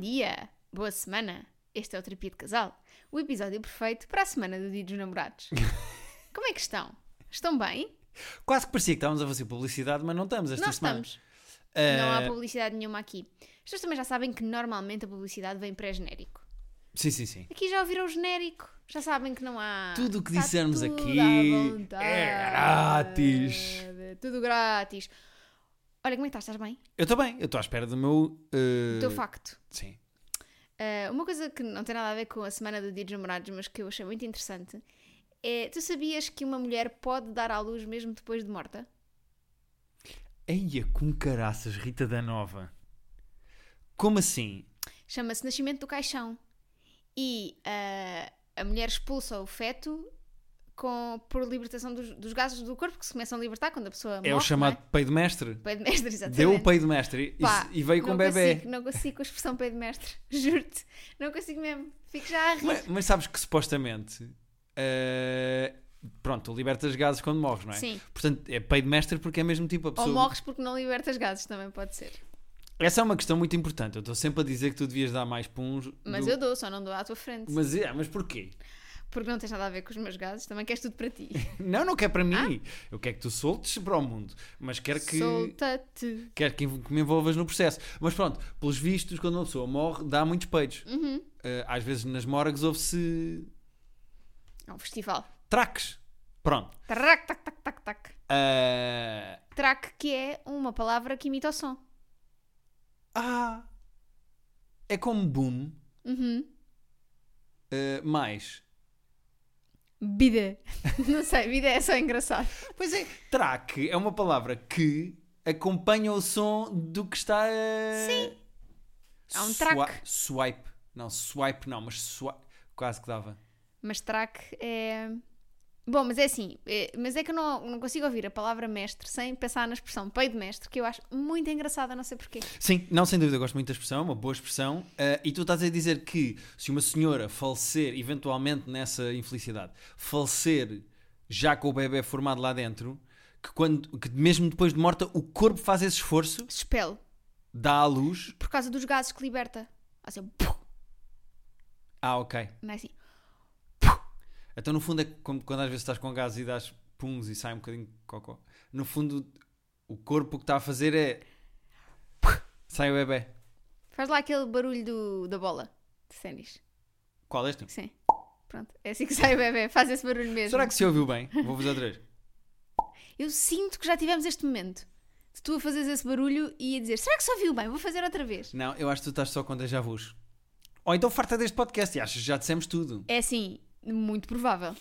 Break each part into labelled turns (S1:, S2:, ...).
S1: dia, boa semana. Este é o Terapia de Casal, o episódio perfeito para a semana do Dia dos Namorados. Como é que estão? Estão bem?
S2: Quase que parecia que estávamos a fazer publicidade, mas não estamos esta
S1: Nós
S2: semana.
S1: estamos.
S2: Eh,
S1: Não há publicidade nenhuma aqui. As pessoas também já sabem que normalmente a publicidade vem pré-genérico.
S2: Sim, sim, sim.
S1: Aqui já ouviram o genérico, já sabem que não há.
S2: Tudo o que
S1: Está
S2: dissermos
S1: tudo
S2: aqui
S1: à vontade.
S2: é grátis.
S1: Tudo grátis. Olha, como é que estás? Estás bem?
S2: Eu estou bem, eu estou à espera do meu. eh,
S1: Do teu facto.
S2: Sim.
S1: Uh, uma coisa que não tem nada a ver com a semana do Dia dos Namorados, mas que eu achei muito interessante, é: tu sabias que uma mulher pode dar à luz mesmo depois de morta?
S2: Eia, com caraças, Rita da Nova. Como assim?
S1: Chama-se Nascimento do Caixão. E uh, a mulher expulsa o feto com, por libertação dos, dos gases do corpo que se começam a libertar quando a pessoa morre.
S2: é o chamado
S1: não
S2: peido mestre?
S1: é? Pé de mestre, exatamente.
S2: Deu o peido mestre e,
S1: Pá,
S2: e veio com
S1: não
S2: bebê.
S1: Consigo, não consigo com a expressão pé de mestre, juro-te. Não consigo mesmo. Fico já a rir.
S2: Mas, mas sabes que supostamente. eh, pronto, tu libertas gases quando morres, não é?
S1: Sim.
S2: Portanto, é peido mestre porque é mesmo tipo a pessoa.
S1: Ou morres porque não libertas gases, também pode ser.
S2: Essa é uma questão muito importante. Eu estou sempre a dizer que tu devias dar mais puns.
S1: Mas
S2: do-
S1: eu dou, só não dou à tua frente.
S2: Mas, é, mas porquê?
S1: Porque não tens nada a ver com os meus gases, também queres tudo para ti.
S2: Não, não quer para mim.
S1: Ah?
S2: Eu quero que tu soltes para o mundo, mas quero que
S1: Solta-te.
S2: quero que me envolvas no processo. Mas pronto, pelos vistos, quando uma pessoa morre, dá muitos peidos.
S1: Uhum.
S2: Eh, às vezes nas morgues ouve-se
S1: É um festival.
S2: traques. Pronto.
S1: Trac, tac, tac, tac, tac.
S2: Eh,
S1: Trac, que é uma palavra que imita o som.
S2: ah, é como boom,
S1: Uhum.
S2: eh, mais.
S1: Bida. não sei, bida é só engraçado.
S2: Pois é, traque é uma palavra que acompanha o som do que está a. Sim.
S1: Há um traque.
S2: Swipe. Não, swipe não, mas swipe. Quase que dava.
S1: Mas track é. Bom, mas é assim, é- mas é que eu não, não consigo ouvir a palavra mestre sem pensar na expressão peido mestre, que eu acho muito engraçada, não sei porquê.
S2: Sim, não, sem dúvida, eu gosto muito da expressão, uma boa expressão. Ah, e tu estás a dizer que se uma senhora falecer, eventualmente nessa infelicidade, falecer já com o bebê formado lá dentro, que, quando, que mesmo depois de morta o corpo faz esse esforço,
S1: Expelo,
S2: dá à luz.
S1: por causa dos gases que liberta. Assim, puf,
S2: Ah, ok.
S1: não é assim.
S2: Então, no fundo, é como quando às vezes estás com gás e dás puns e sai um bocadinho de cocó. No fundo, o corpo o que está a fazer é. Sai o bebê.
S1: Faz lá aquele barulho do, da bola de ténis.
S2: Qual é este?
S1: Sim. Pronto, é assim que sai o bebê, faz esse barulho mesmo.
S2: Será que se ouviu bem? Vou fazer outra vez.
S1: Eu sinto que já tivemos este momento. De tu a fazeres esse barulho e a dizer, será que só viu bem? Vou fazer outra vez.
S2: Não, eu acho que tu estás só com déjà vus. Ou então farta deste podcast e achas que já dissemos tudo.
S1: É assim, muito provável.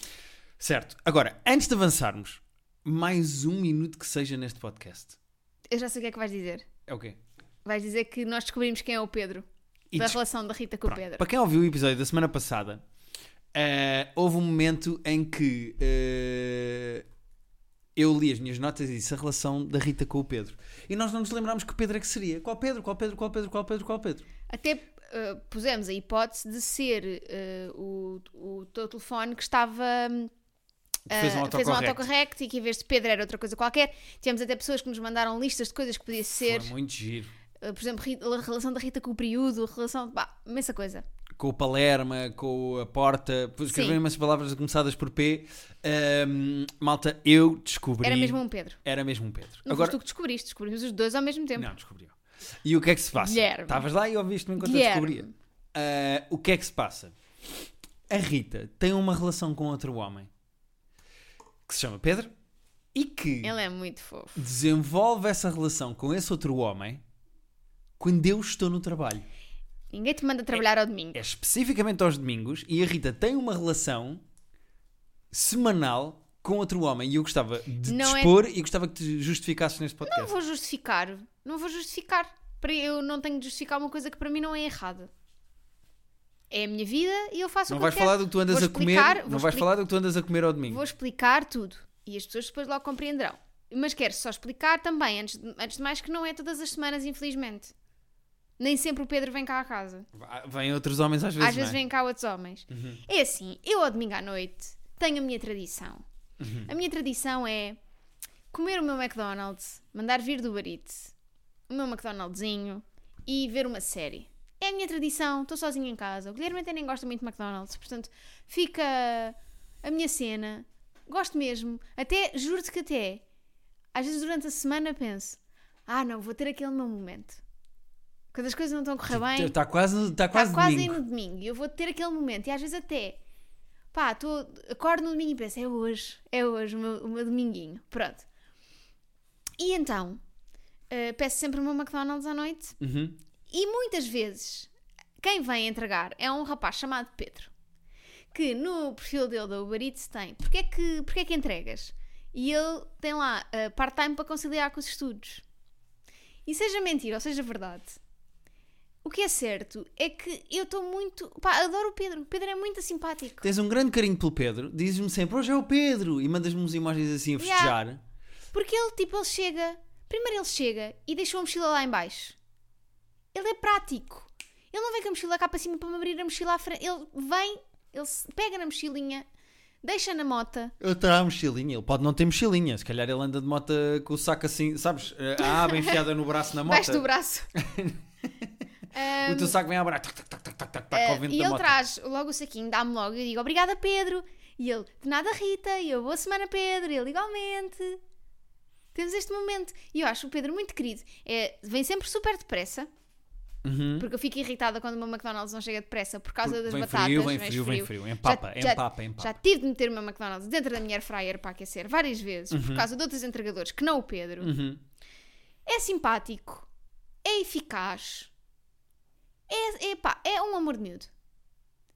S2: Certo. Agora, antes de avançarmos, mais um minuto que seja neste podcast.
S1: Eu já sei o que é que vais dizer.
S2: É o quê?
S1: Vais dizer que nós descobrimos quem é o Pedro.
S2: E
S1: da
S2: des-
S1: relação da Rita com o
S2: Pronto,
S1: Pedro.
S2: Para quem ouviu o episódio da semana passada, eh, houve um momento em que eh, eu li as minhas notas e disse a relação da Rita com o Pedro. E nós não nos lembrámos que Pedro é que seria. Qual Pedro? Qual Pedro? Qual Pedro? Qual Pedro? Qual Pedro?
S1: Até eh, pusemos a hipótese de ser eh, o, o teu telefone que estava. hum,
S2: Que
S1: eh, fez
S2: fez um
S1: um
S2: autocorrect.
S1: autocorrect e que em vez de Pedro era outra coisa qualquer. Tivemos até pessoas que nos mandaram listas de coisas que podia ser.
S2: Foi muito giro.
S1: Eh, por exemplo, Rita- a relação da Rita com o período, a relação. pá, imensa coisa.
S2: Com o Palerma, com a Porta. Pois
S1: Sim.
S2: Escreveram umas palavras começadas por P. Ahm, malta, eu descobri.
S1: Era mesmo um Pedro.
S2: Era mesmo um Pedro.
S1: Não foste tu que descobriste, descobrimos os dois ao mesmo tempo.
S2: Não, descobriu. E o que é que se passa?
S1: Guilherme.
S2: Estavas lá e ouviste-me enquanto
S1: Guilherme.
S2: eu descobria. Ah, o que é que se passa? A Rita tem uma relação com outro homem que se chama Pedro e que
S1: Ele é muito fofo.
S2: desenvolve essa relação com esse outro homem quando eu estou no trabalho.
S1: Ninguém te manda trabalhar ao domingo.
S2: É especificamente aos domingos e a Rita tem uma relação semanal com outro homem e eu gostava de
S1: Não
S2: te
S1: é-
S2: expor e gostava que te justificasses neste podcast.
S1: Não vou justificar. Não vou justificar. Para eu não tenho de justificar uma coisa que para mim não é errada. É a minha vida e eu faço
S2: Não
S1: o que eu
S2: vais falar do que tu andas
S1: Vou
S2: a comer.
S1: explicar- vou
S2: não vais
S1: expli-
S2: falar do que tu andas a comer ao domingo.
S1: Vou explicar tudo. E as pessoas depois logo compreenderão. Mas quero só explicar também, antes de, antes de mais, que não é todas as semanas, infelizmente. Nem sempre o Pedro vem cá à casa.
S2: Ah, Vêm outros homens às vezes.
S1: Às vezes
S2: não é?
S1: vêm
S2: Uhum.
S1: cá outros homens. É assim, eu ao domingo à noite tenho a minha tradição.
S2: Uhum.
S1: A minha tradição é comer o meu McDonald's, mandar vir do barite o meu McDonald'zinho e ver uma série. É a minha tradição, estou sozinha em casa. O Guilherme até nem gosta muito de McDonald's, portanto, fica a minha cena. Gosto mesmo. Até, juro-te que até, às vezes durante a semana penso: ah, não, vou ter aquele meu momento. Quando as coisas não estão a correr bem,
S2: Está quase, tá
S1: está
S2: quase,
S1: quase aí
S2: domingo.
S1: no domingo. e Eu vou ter aquele momento. E às vezes até, pá, tô, acordo no domingo e penso, é hoje, é hoje o meu, o meu dominguinho. Pronto. E então, eh, peço sempre o meu McDonald's à noite.
S2: Uhum.
S1: E muitas vezes, quem vem entregar é um rapaz chamado Pedro. Que no perfil dele da Uber Eats tem, porque é que, porque é que entregas? E ele tem lá eh, part-time para conciliar com os estudos. E seja mentira ou seja verdade, o que é certo é que eu estou muito. Pá, adoro o Pedro. O Pedro é muito simpático.
S2: Tens um grande carinho pelo Pedro, dizes-me sempre, hoje é o Pedro, e mandas-me umas imagens assim a festejar.
S1: Porque ele, tipo, ele chega. Primeiro ele chega e deixa a mochila lá em baixo. Ele é prático. Ele não vem com a mochila cá para cima para me abrir a mochila à frente. Ele vem, ele se- pega na mochilinha, deixa na mota.
S2: Ele terá a mochilinha, ele pode não ter mochilinha, se calhar ele anda de moto com o saco assim, sabes, a aba enfiada no braço na moto.
S1: Baixo do braço.
S2: O teu saco vem a abrir, tac, tac, tac, tac, tac, tac, com o vento
S1: eh, e
S2: da
S1: ele
S2: moto.
S1: traz logo o saquinho, dá-me logo. Eu digo obrigada, Pedro. E ele, de nada, Rita. E eu, boa semana, Pedro. E ele, igualmente. Temos este momento. E eu acho o Pedro muito querido. É, vem sempre super depressa.
S2: Uhum.
S1: Porque eu fico irritada quando o meu McDonald's não chega depressa por causa das
S2: Vem
S1: batatas.
S2: frio, vem
S1: mas
S2: frio, vem frio. Empapa,
S1: já,
S2: empapa, empapa.
S1: Já tive de meter o meu McDonald's dentro da minha air fryer para aquecer várias vezes por causa de outros entregadores que não o Pedro.
S2: Uhum.
S1: É simpático, é eficaz, é, é, pá, é um amor de miúdo.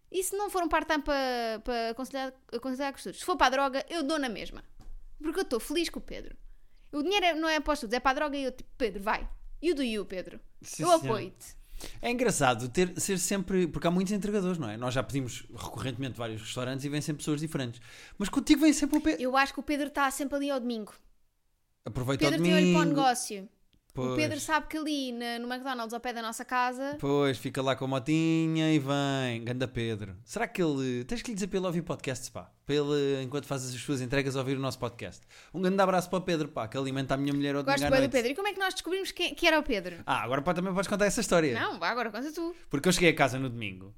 S1: E se não for um part-time para pa conciliar, conciliar com os estudos, se for para a droga, eu dou na mesma. Porque eu estou feliz com o Pedro. O dinheiro é- não é para os estudos, é para a droga e eu tipo, Pedro, vai. You do you, Pedro.
S2: Sim,
S1: eu
S2: senhora.
S1: apoio-te.
S2: É engraçado ter, ser sempre. Porque há muitos entregadores, não é? Nós já pedimos recorrentemente vários restaurantes e vêm sempre pessoas diferentes. Mas contigo vem sempre o Pedro.
S1: Eu acho que o Pedro está sempre ali ao domingo. O
S2: Aproveita
S1: Pedro
S2: o
S1: tem olho
S2: Tá domingo.
S1: para o negócio.
S2: Pois,
S1: O Pedro sabe que ali na- no McDonald's ao pé da nossa casa.
S2: pois, fica lá com a motinha e vem. Ganda Pedro. Será que ele. Tens que lhe dizer para ele ouvir podcasts, pá. Para ele, enquanto faz as suas entregas, ouvir o nosso podcast. Um grande abraço para o Pedro, pá, que alimenta a minha mulher ao domingo
S1: Gosto
S2: à
S1: bem do
S2: noite.
S1: Pedro. E como é que nós descobrimos quem, que era o Pedro?
S2: Ah, agora pá, também podes contar essa história.
S1: Não, vá agora, conta tu.
S2: Porque eu cheguei a casa no domingo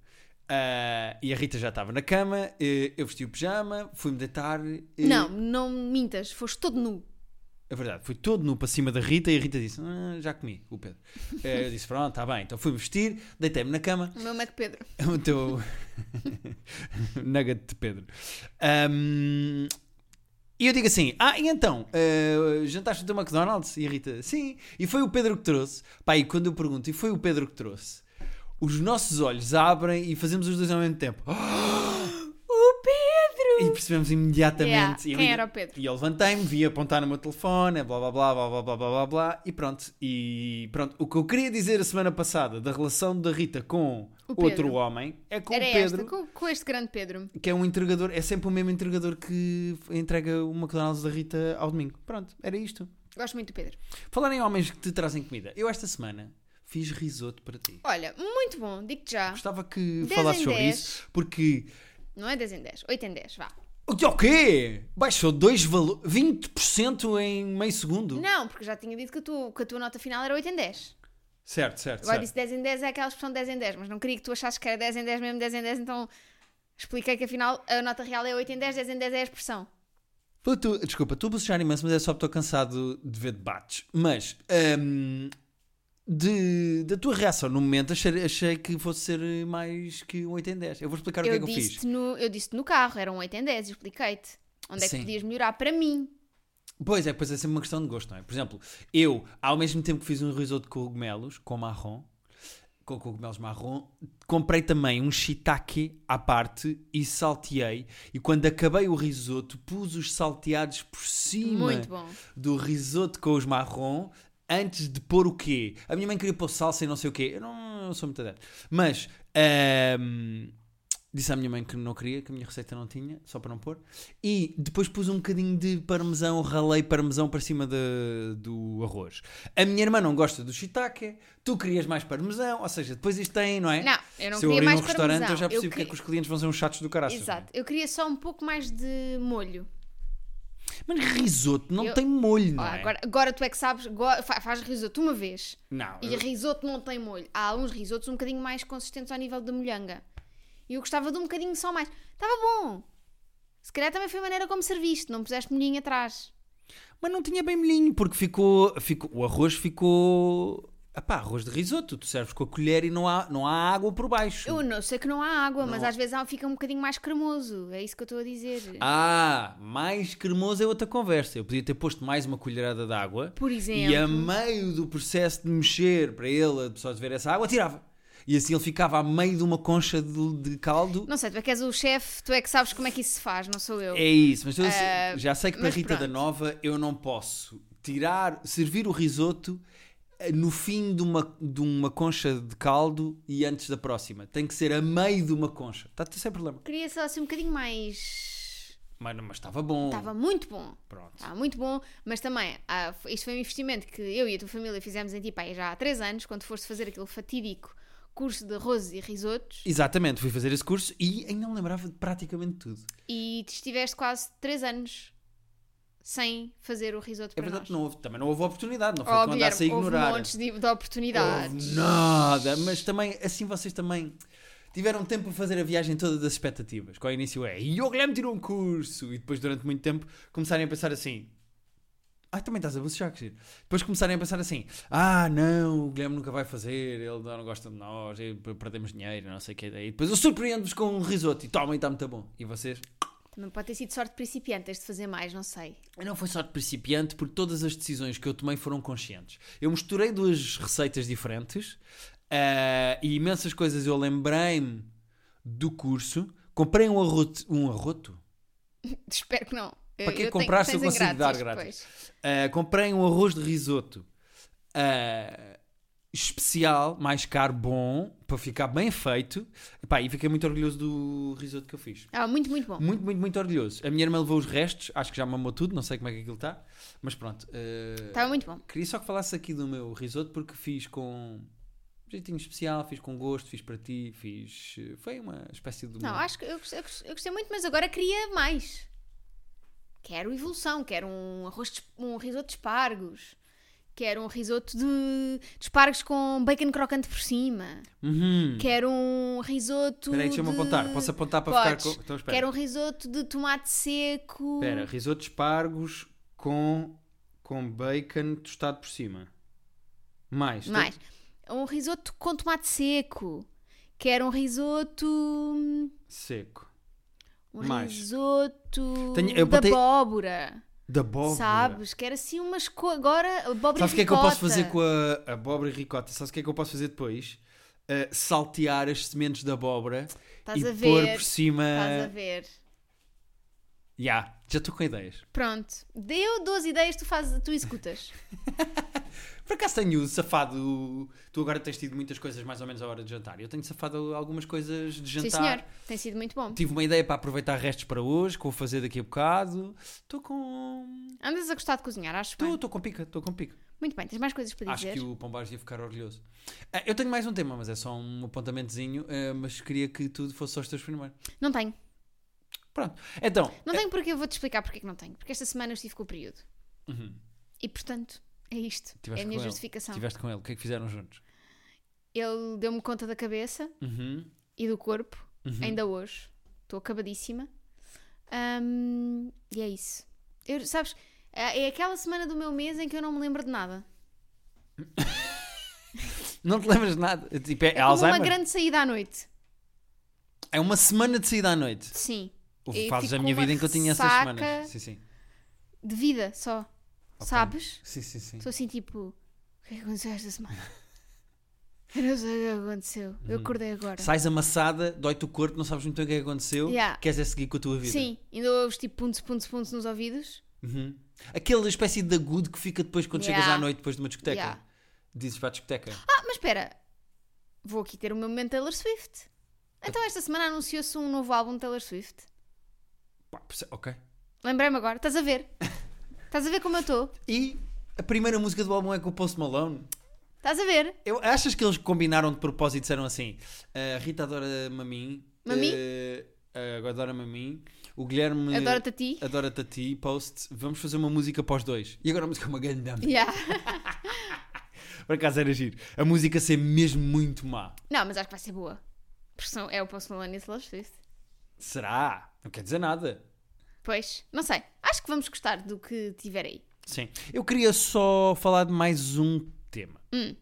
S2: ah, e a Rita já estava na cama, eh, eu vesti o pijama, fui-me deitar. eh,
S1: Não, não mintas, foste todo nu.
S2: É verdade, fui todo nu para cima da Rita e a Rita disse: "Ah, Já comi, o Pedro. Eh, eu disse: Pronto, está bem. Então fui-me vestir, deitei-me na cama,
S1: O meu Mac Pedro.
S2: o teu nugget de Pedro. Ahm, e eu digo assim: Ah, e então? eh, jantaste no teu McDonald's? E a Rita: Sim. E foi o Pedro que trouxe. Pá, e quando eu pergunto: E foi o Pedro que trouxe? Os nossos olhos abrem e fazemos os dois ao mesmo tempo. Ah,
S1: O Pedro!
S2: E percebemos imediatamente.
S1: Yeah,
S2: E eu
S1: quem
S2: ainda-
S1: era o Pedro?
S2: E eu levantei-me, vi apontar no meu telefone, blá blá blá blá blá blá blá blá blá, e pronto. E pronto. O que eu queria dizer a semana passada da relação da Rita com
S1: O Pedro.
S2: outro homem é com
S1: Era
S2: o
S1: esta,
S2: Pedro,
S1: com, com este grande Pedro.
S2: que é um entregador, é sempre o mesmo entregador que entrega o McDonald's da Rita ao domingo. Pronto, era isto.
S1: Gosto muito do Pedro.
S2: Falar em homens que te trazem comida. Eu esta semana fiz risoto para ti.
S1: Olha, muito bom, digo-te já.
S2: Gostava que
S1: 10
S2: falasses
S1: em
S2: sobre
S1: 10.
S2: isso, porque
S1: Não é 10 em 10, 8 em 10, vá.
S2: O que é o quê? Baixou dois valores. 20% em meio segundo?
S1: Não, porque já tinha dito que a tua, que a tua nota final era 8 em 10.
S2: Certo, certo,
S1: Agora
S2: certo.
S1: disse 10 em 10 é aquela expressão 10 em 10, mas não queria que tu achasses que era 10 em 10 mesmo 10 em 10, então expliquei que afinal a nota real é 8 em 10, 10 em 10 é a expressão.
S2: Pô, tu- desculpa, estou a bocejar imenso, mas é só porque estou cansado de ver debates. Mas, hum, de, da tua reação no momento, achei, achei que fosse ser mais que um 8 em 10. Eu vou explicar o que é
S1: Eu
S2: que eu fiz.
S1: disse-te no, eu disse no carro, era um 8 em 10, eu expliquei-te. Onde é que
S2: Sim.
S1: podias melhorar para mim?
S2: Pois é, pois é sempre uma questão de gosto, não é? Por exemplo, eu, ao mesmo tempo que fiz um risoto de cogumelos, com marrom, com cogumelos marrom, comprei também um shiitake à parte e salteei. E quando acabei o risoto, pus os salteados por cima
S1: Muito bom.
S2: do risoto com os marrom antes de pôr o quê? A minha mãe queria pôr salsa e não sei o quê. Eu não, não sou muito adepto. Mas ahm, disse à minha mãe que não queria, que a minha receita não tinha, só para não pôr. E depois pus um bocadinho de parmesão, ralei parmesão para cima de- do arroz. A minha irmã não gosta do shiitake, tu querias mais parmesão, ou seja, depois isto tem, não é?
S1: Não, eu não
S2: Se
S1: queria
S2: eu abrir um
S1: mais
S2: restaurante,
S1: parmesão.
S2: eu já percebo
S1: eu
S2: que é
S1: queria-
S2: que os clientes vão ser uns chatos do caralho.
S1: Exato, eu queria só um pouco mais de molho.
S2: Mas risoto não
S1: Eu-
S2: tem molho, não
S1: Ah,
S2: é?
S1: agora, agora tu é que sabes, go- fa- faz risoto uma vez.
S2: Não.
S1: E
S2: eu-
S1: risoto não tem molho. Há uns risotos um bocadinho mais consistentes ao nível da molhanga. E eu gostava de um bocadinho só mais. Estava bom. Se calhar também foi a maneira como serviste, não puseste molhinho atrás.
S2: Mas não tinha bem molhinho, porque ficou, ficou o arroz ficou. Epá, arroz de risoto, tu serves com a colher e não há, não há água por baixo.
S1: Eu não sei que não há água, mas
S2: Não.
S1: às vezes há- fica um bocadinho mais cremoso. É isso que eu estou a dizer.
S2: Ah, mais cremoso é outra conversa. Eu podia ter posto mais uma colherada de água
S1: Por exemplo.
S2: e a meio do processo de mexer para ele absorver essa água, tirava. E assim ele ficava a meio de uma concha de, de caldo.
S1: Não sei, tu é que és o chefe, tu é que sabes como é que isso se faz, não sou eu.
S2: É isso, mas eu sei-
S1: Ah,
S2: já sei que para
S1: mas
S2: Rita da
S1: pronto.
S2: Nova eu não posso tirar, servir o risoto eh, no fim de uma, de uma concha de caldo e antes da próxima. Tem que ser a meio de uma concha. Está sem problema.
S1: Queria só assim um bocadinho mais.
S2: Mas, mas estava bom.
S1: Estava muito bom.
S2: Pronto.
S1: Estava Tá, muito bom, mas também, ah, f- isto foi um investimento que eu e a tua família fizemos em ti pai, já há 3 anos, quando foste fazer aquele fatídico curso de arrozes e risotos
S2: Exatamente, fui fazer esse curso e ainda não lembrava de praticamente tudo.
S1: e te estiveste quase 3 anos sem fazer o risoto
S2: É
S1: para
S2: verdade,
S1: nós.
S2: não houve, também não houve oportunidade, não foi
S1: Oh,
S2: que eu andasse a
S1: Guilherme, houve
S2: ignorar.
S1: montes de, de
S2: Houve
S1: oportunidades.
S2: nada, mas também, assim vocês também tiveram tempo para fazer a viagem toda das expectativas. Qual início é? E o Guilherme tirou um curso. E depois, durante muito tempo, começarem a pensar assim. Ah, também estás a bocejar, que giro. Depois começarem a pensar assim: ah, não, o Guilherme nunca vai fazer, ele não gosta de nós, e perdemos dinheiro, não sei o que. E depois eu surpreendo-vos com um risoto e toma, e está muito bom. E vocês?
S1: Também pode ter sido sorte de principiante este de fazer mais, não sei.
S2: Não foi só de principiante, porque todas as decisões que eu tomei foram conscientes. Eu misturei duas receitas diferentes eh, e imensas coisas eu lembrei-me do curso. Comprei um arroto. Um arroto?
S1: Espero que não.
S2: Para quem comprar se eu consigo dar grátis? Eh, comprei um arroz de risoto eh, especial, mais caro, bom, para ficar bem feito. Epá, e fiquei muito orgulhoso do risoto que eu fiz.
S1: Ah, muito, muito bom.
S2: Muito, muito, muito orgulhoso. A minha irmã levou os restos, acho que já mamou tudo, não sei como é que aquilo está, mas pronto. eh,
S1: Estava muito bom.
S2: Queria só que falasse aqui do meu risoto porque fiz com um jeitinho especial, fiz com gosto, fiz para ti, fiz. eh, Foi uma espécie de.
S1: Não,
S2: uma-
S1: acho que eu gostei, eu gostei- eu gostei muito, mas agora queria mais. Quero evolução, quero um arroz, de- um risoto de espargos, quero um risoto de, de espargos com bacon crocante por cima,
S2: Uhum.
S1: quero um risoto.
S2: Espera aí, deixa-me
S1: de...
S2: apontar. Posso apontar para
S1: Podes.
S2: ficar com. Então espera.
S1: Quero um risoto de tomate seco.
S2: Espera, risoto de espargos com, com bacon tostado por cima. Mais. Estou-
S1: Mais. Um risoto com tomate seco. Quero um risoto.
S2: Seco.
S1: Um
S2: Mais.
S1: risoto
S2: Tenho-
S1: de
S2: eu botei-
S1: abóbora.
S2: Da abóbora.
S1: Sabes? Quero assim umas co... Agora, abóbora e
S2: Sabes o que é que eu posso
S1: ricota.
S2: fazer com a abóbora e ricota? Sabes o que é que eu posso fazer depois? Eh, saltear as sementes da abóbora
S1: Estás
S2: e
S1: a
S2: pôr
S1: ver.
S2: por cima.
S1: Estás a ver.
S2: Ya, já estou com ideias.
S1: Pronto. Deu duas ideias, tu, fazes, tu executas.
S2: Por acaso tenho safado. Tu agora tens tido muitas coisas mais ou menos à hora de jantar. Eu tenho safado algumas coisas de jantar.
S1: Sim, senhor. Tem sido muito bom.
S2: Tive uma ideia para aproveitar restos para hoje, que vou fazer daqui a bocado. Estou com.
S1: Andas a gostar de cozinhar, acho
S2: Estou
S1: bem.
S2: estou com pica, estou com pica.
S1: Muito bem, tens mais coisas para
S2: Acho
S1: dizer?
S2: que o Pombás ia ficar orgulhoso. Ah, eu tenho mais um tema, mas é só um apontamentozinho. ah, mas queria que tudo fosse aos teus primeiro.
S1: Não tenho.
S2: Pronto. Então,
S1: Não tenho porque eu vou-te explicar porque é que não tenho. Porque esta semana eu estive com o período.
S2: Uhum.
S1: E, portanto, é isto.
S2: Tiveste
S1: é a minha
S2: com ele.
S1: justificação.
S2: estiveste com ele, o que é que fizeram juntos?
S1: Ele deu-me conta da cabeça
S2: Uhum.
S1: e do corpo,
S2: Uhum.
S1: ainda hoje. Estou acabadíssima. Ahm, e é isso. Eu, sabes, é é aquela semana do meu mês em que eu não me lembro de nada.
S2: Não te lembras de nada? Tipo, é,
S1: É como
S2: Alzheimer?
S1: uma grande saída à noite.
S2: É uma semana de saída à noite.
S1: Sim.
S2: Houve
S1: E
S2: fases da
S1: fico
S2: minha
S1: com uma
S2: vida em que eu tinha essas
S1: ressaca.
S2: semanas. Sim, sim.
S1: De vida só. Sabes?
S2: Sim, sim, sim.
S1: Estou assim tipo. O que é que aconteceu esta semana? Eu não sei o que aconteceu.
S2: Hum.
S1: Eu acordei agora.
S2: Sais amassada, dói-te o corpo, não sabes muito bem o que é que aconteceu.
S1: Yeah.
S2: Queres é seguir com a tua vida.
S1: Sim, ainda ouves tipo pontos, pontos, pontos nos ouvidos.
S2: Uhum. Aquela espécie de agudo que fica depois quando chegas
S1: Yeah.
S2: à noite depois de uma discoteca.
S1: Yeah.
S2: Dizes para a discoteca.
S1: Ah, mas espera. Vou aqui ter o meu momento Taylor Swift. Então esta semana anunciou-se um novo álbum de Taylor Swift.
S2: Pá, perce- ok.
S1: Lembrei-me agora. Estás a ver? Estás a ver como eu estou?
S2: E a primeira música do álbum é com o Post Malone.
S1: Estás a ver?
S2: Eu, achas que eles combinaram de propósito e disseram assim? "Ah, A Rita adora mamim.
S1: Mamim?
S2: eh, ah, agora adora mamim. O Guilherme
S1: Adoro-te a ti.
S2: adora-te a ti, post. Vamos fazer uma música para os dois. E agora a música é uma grande merda.
S1: Yeah.
S2: Por acaso era giro. A música ser mesmo muito má.
S1: Não, mas acho que vai ser boa. Porque são- é o Post Malone e a Taylor Swift.
S2: Será? Não quer dizer nada.
S1: Pois, não sei. Acho que vamos gostar do que tiver aí.
S2: Sim. Eu queria só falar de mais um tema.
S1: Hum.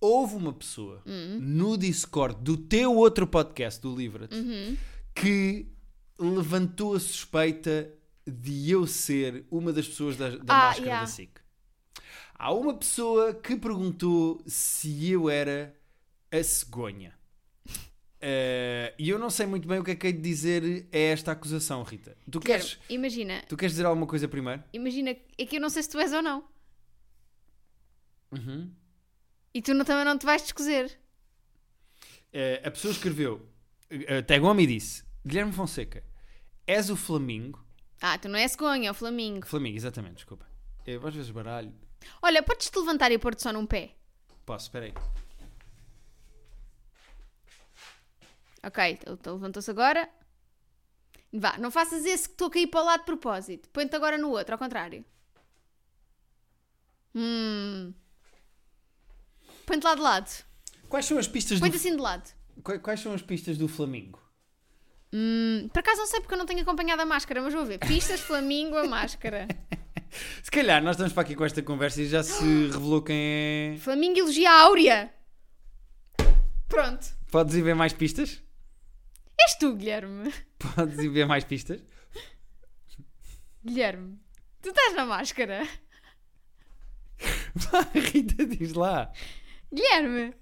S2: Houve uma pessoa no Discord do teu outro podcast, do Livra-te,
S1: Uhum.
S2: que levantou a suspeita de eu ser uma das pessoas da, da
S1: Ah,
S2: máscara
S1: yeah.
S2: da SIC. Há uma pessoa que perguntou se eu era a cegonha. Eh, E eu não sei muito bem o que é que hei de dizer a esta acusação, Rita. Tu queres,
S1: Guilherme, Imagina,
S2: tu queres dizer alguma coisa primeiro?
S1: imagina, é que eu não sei se tu és ou não.
S2: Uhum.
S1: E tu não- também não te vais descozer.
S2: Eh, a pessoa escreveu, eh, tagou-me e disse: Guilherme Fonseca, és o Flamingo.
S1: Ah, tu não és cegonha, é o Flamingo.
S2: Flamingo, exatamente, desculpa. Eu às vezes baralho.
S1: Olha, podes-te levantar e pôr-te só num pé.
S2: Posso, espera aí.
S1: Ok, ele ele levantou-se agora. Vá, não faças esse que estou a cair para o lado de propósito. Põe-te agora no outro, ao contrário. Hum. Põe-te lá de lado.
S2: Quais são as pistas do,
S1: Põe-te assim de lado.
S2: Qua- quais são as pistas do Flamingo?
S1: Hum, por acaso não sei porque eu não tenho acompanhado a máscara, mas vou ver. Pistas, Flamingo, a máscara.
S2: Se calhar nós estamos para aqui com esta conversa e já se revelou quem é.
S1: Flamingo elogia a Áurea. Pronto.
S2: Podes ir ver mais pistas?
S1: És tu, Guilherme.
S2: Podes ir ver mais pistas?
S1: Guilherme, tu estás na máscara.
S2: Vá, Rita, diz lá.
S1: Guilherme,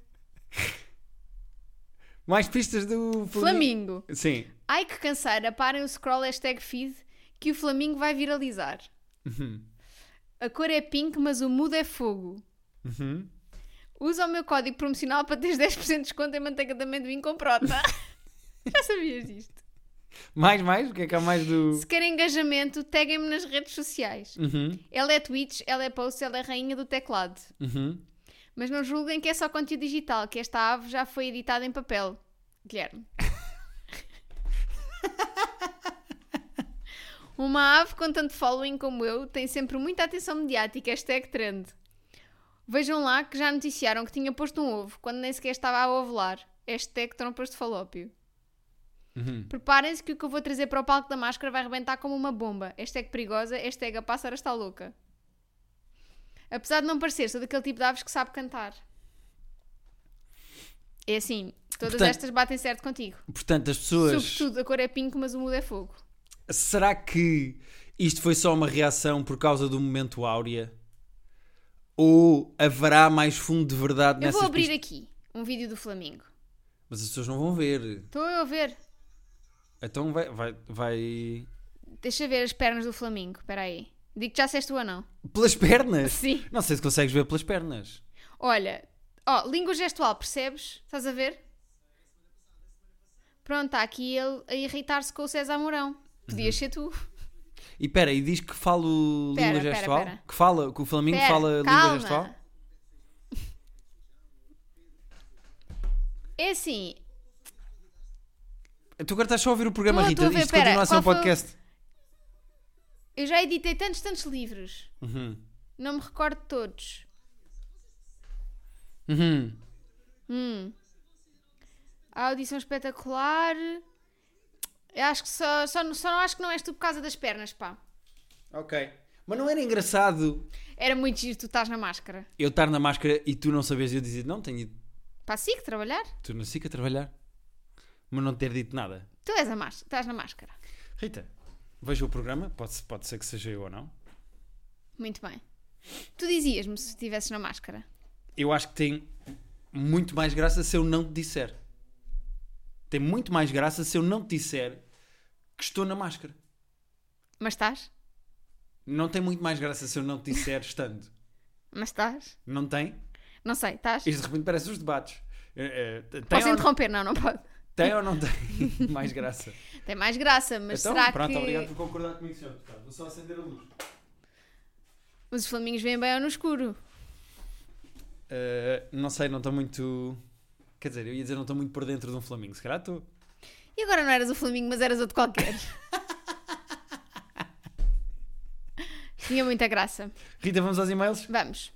S2: Mais pistas do Flamingo.
S1: Flamingo.
S2: Sim.
S1: Ai que canseira, parem o scroll hashtag feed que o Flamingo vai viralizar.
S2: Uhum.
S1: A cor é pink, mas o mudo é fogo.
S2: Uhum.
S1: Usa o meu código promocional para teres 10% de desconto em manteiga de amendoim com prota. Já sabias disto?
S2: Mais, mais? O que é que há mais do.
S1: Se querem engajamento, taguem-me nas redes sociais.
S2: Uhum.
S1: Ela é Twitch, ela é post, ela é rainha do teclado.
S2: Uhum.
S1: Mas não julguem que é só conteúdo digital, que esta ave já foi editada em papel. Guilherme. Uma ave com tanto following como eu tem sempre muita atenção mediática, hashtag trend. Vejam lá que já noticiaram que tinha posto um ovo, quando nem sequer estava a ovular. Hashtag trompas de falópio.
S2: Uhum.
S1: Preparem-se que o que eu vou trazer para o palco da máscara vai rebentar como uma bomba. Hashtag perigosa, hashtag a pássara está louca. Apesar de não parecer, sou daquele tipo de aves que sabe cantar. É assim, todas
S2: Portanto-
S1: estas batem certo contigo.
S2: Portanto, as pessoas.
S1: Sobretudo a cor é pinco, mas o mudo é fogo.
S2: Será que isto foi só uma reação por causa do momento áurea? Ou haverá mais fundo de verdade
S1: Eu
S2: nessas
S1: vou abrir
S2: pistas?
S1: aqui um vídeo do Flamingo.
S2: Mas as pessoas não vão ver.
S1: Estou eu a ver.
S2: Então vai. vai, vai...
S1: Deixa ver as pernas do Flamingo, espera aí. Digo que já disseste o anão.
S2: Pelas pernas?
S1: Sim.
S2: Não sei se consegues ver pelas pernas.
S1: Olha, ó, língua gestual, percebes? Estás a ver? Pronto, está aqui ele a irritar-se com o César Mourão. Podias ser tu.
S2: E pera, e diz que falo
S1: Pera,
S2: língua
S1: pera,
S2: gestual?
S1: pera.
S2: Que fala, que o Flamengo
S1: Espera,
S2: fala
S1: calma.
S2: língua gestual?
S1: É assim,
S2: Tu agora estás só a ouvir o programa,
S1: Tô, tô
S2: Rita.
S1: a ver,
S2: Isto
S1: pera,
S2: continua a ser um
S1: qual foi o-
S2: podcast.
S1: eu já editei tantos, tantos livros.
S2: Uhum.
S1: Não me recordo de todos.
S2: Uhum.
S1: Hum. A audição espetacular. Eu acho que só, só, só não acho que não és tu por causa das pernas, pá.
S2: Ok. Mas não era engraçado
S1: Era muito giro, tu estás na máscara.
S2: eu estar na máscara e tu não saberes e eu dizer, não, tenho ido
S1: Pá, sigo trabalhar.
S2: Tu não fica a é trabalhar, mas não ter dito nada.
S1: Tu és a máscara, estás na máscara.
S2: Rita, veja o programa, pode, pode ser que seja eu ou não.
S1: Muito bem. Tu dizias-me se estivesses na máscara.
S2: Eu acho que tem muito mais graça se eu não te disser. Tem muito mais graça se eu não te disser que estou na máscara.
S1: Mas estás?
S2: Não tem muito mais graça se eu não te disser estando.
S1: Mas estás?
S2: Não tem?
S1: Não sei, estás?
S2: Isto de repente parece os debates. Eh, eh, tem
S1: Posso
S2: ou não-
S1: interromper? Não, não pode.
S2: tem ou não tem mais graça?
S1: Tem mais graça, mas
S2: então,
S1: será
S2: pronto,
S1: que
S2: obrigado por concordar comigo, senhor. deputado. Vou só acender a luz.
S1: os flamingos vêm bem ao no escuro?
S2: Uh, não sei, não estou muito. Quer dizer, eu ia dizer não estou muito por dentro de um Flamengo. Se calhar estou.
S1: E agora não eras o flamingo, mas eras outro qualquer. Tinha muita graça.
S2: Rita, vamos aos e-mails?
S1: Vamos.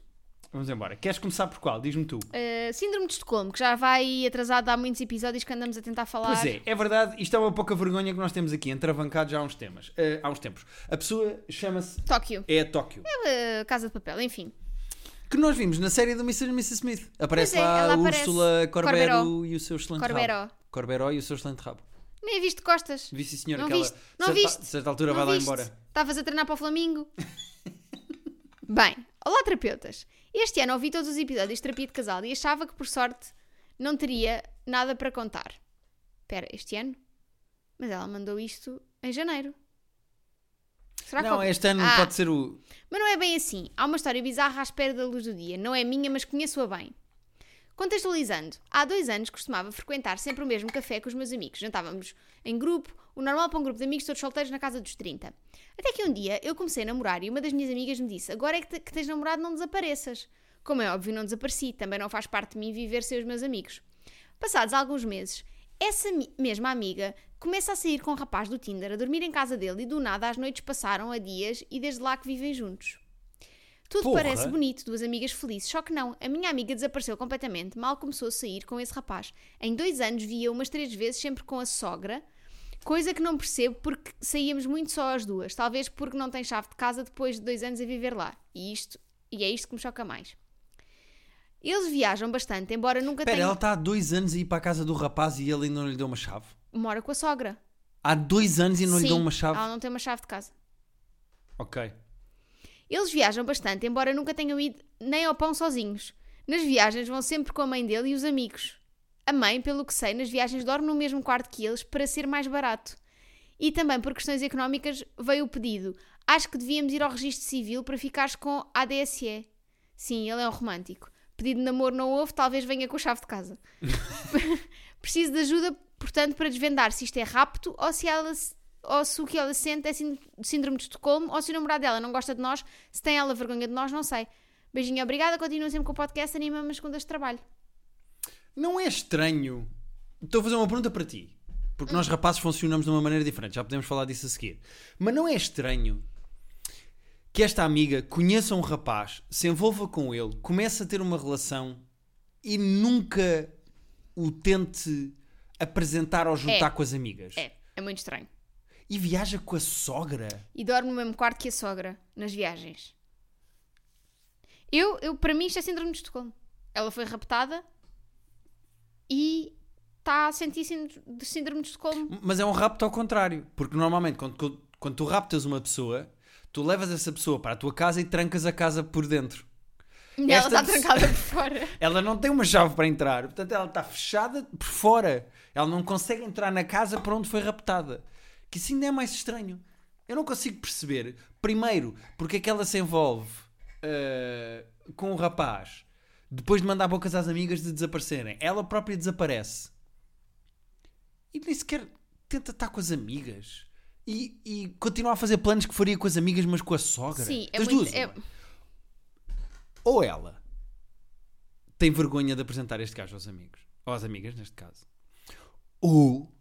S2: Vamos embora. Queres começar por qual? Diz-me tu.
S1: Uh, Síndrome de Estocolmo, que já vai atrasado há muitos episódios que andamos a tentar falar.
S2: Pois é, é verdade, isto é uma pouca vergonha que nós temos aqui, entrevancados já há uns temas. eh, há uns tempos. A pessoa chama-se.
S1: Tóquio.
S2: É Tóquio.
S1: Uh, Casa de Papel, enfim.
S2: Que nós vimos na série do Mr. e Mrs. Smith. Aparece
S1: é, ela
S2: lá a
S1: aparece.
S2: Úrsula Corbero,
S1: Corberó.
S2: e o seu excelente
S1: Corberó.
S2: rabo. Corberó e o seu excelente rabo.
S1: Nem a viste de costas.
S2: Vi sim, senhora,
S1: Não
S2: que ela,
S1: viste? Não
S2: certa-
S1: viste?
S2: a certa altura
S1: Não
S2: vai lá
S1: viste?
S2: embora.
S1: Estavas a treinar para o Flamengo? Bem, olá terapeutas. Este ano ouvi todos os episódios de terapia de casal e achava que por sorte não teria nada para contar. Espera, este ano? Mas ela mandou isto em janeiro. Será
S2: Não,
S1: que
S2: este ano
S1: Ah.
S2: pode ser o.
S1: Mas não é bem assim. Há uma história bizarra à espera da luz do dia. Não é minha, mas conheço-a bem. Contextualizando, há dois anos costumava frequentar sempre o mesmo café com os meus amigos. Jantávamos em grupo, o normal para um grupo de amigos todos solteiros na casa dos 30. Até que um dia eu comecei a namorar e uma das minhas amigas me disse: Agora é que, te- que tens namorado, não desapareças. Como é óbvio, não desapareci. Também não faz parte de mim viver sem os meus amigos. Passados alguns meses, essa mi- mesma amiga começa a sair com um rapaz do Tinder, a dormir em casa dele e do nada as noites passaram a dias e desde lá que vivem juntos. Tudo
S2: Porra.
S1: parece bonito, duas amigas felizes, só que não. A minha amiga desapareceu completamente, mal começou a sair com esse rapaz. Em dois anos via umas três vezes, sempre com a sogra, coisa que não percebo porque saíamos muito só as duas. Talvez porque não tem chave de casa depois de dois anos a viver lá. E isto, e é isto que me choca mais. Eles viajam bastante, embora nunca
S2: Espera,
S1: tenham.
S2: ela está há dois anos a ir para a casa do rapaz e ele ainda não lhe deu uma chave?
S1: mora com a sogra.
S2: Há dois anos e não lhe
S1: Sim,
S2: deu uma chave?
S1: Ela não tem uma chave de casa.
S2: Ok.
S1: Eles viajam bastante, embora nunca tenham ido nem ao pão sozinhos. Nas viagens vão sempre com a mãe dele e os amigos. A mãe, pelo que sei, nas viagens dorme no mesmo quarto que eles para ser mais barato. E também por questões económicas veio o pedido. Acho que devíamos ir ao registro civil para ficares com a ADSE. Sim, ele é um romântico. Pedido de namoro não houve, talvez venha com a chave de casa. Preciso de ajuda, portanto, para desvendar se isto é rapto ou se ela se- ou se o que ela sente é sínd- síndrome de Estocolmo ou se o namorado dela não gosta de nós, se tem ela vergonha de nós, não sei. Beijinho, obrigada. Continua sempre com o podcast, anima-me às segundas de trabalho.
S2: Não é estranho. Estou a fazer uma pergunta para ti. Porque nós rapazes funcionamos de uma maneira diferente, já podemos falar disso a seguir. Mas não é estranho que esta amiga conheça um rapaz, se envolva com ele, comece a ter uma relação e nunca o tente apresentar ou juntar
S1: É.
S2: com as amigas.
S1: É, é muito estranho.
S2: E viaja com a sogra.
S1: E dorme no mesmo quarto que a sogra, nas viagens. Eu, eu para mim, isto é síndrome de Estocolmo. Ela foi raptada e está a sentir sínd- de síndrome de Estocolmo.
S2: Mas é um rapto ao contrário. Porque normalmente, quando, quando tu raptas uma pessoa, tu levas essa pessoa para a tua casa e trancas a casa por dentro.
S1: E ela
S2: Esta
S1: está
S2: pessoa-
S1: trancada por fora.
S2: Ela não tem uma chave para entrar, portanto ela está fechada por fora. Ela não consegue entrar na casa para onde foi raptada. Que isso ainda é mais estranho. Eu não consigo perceber, primeiro, porque é que ela se envolve eh, com o rapaz depois de mandar bocas às amigas de desaparecerem. Ela própria desaparece. E nem sequer tenta estar com as amigas. E, e continua a fazer planos que faria com as amigas, mas com a sogra.
S1: Sim, é
S2: Das
S1: muito.
S2: duas,
S1: é-
S2: uma ou ela tem vergonha de apresentar este gajo aos amigos, ou às amigas neste caso, ou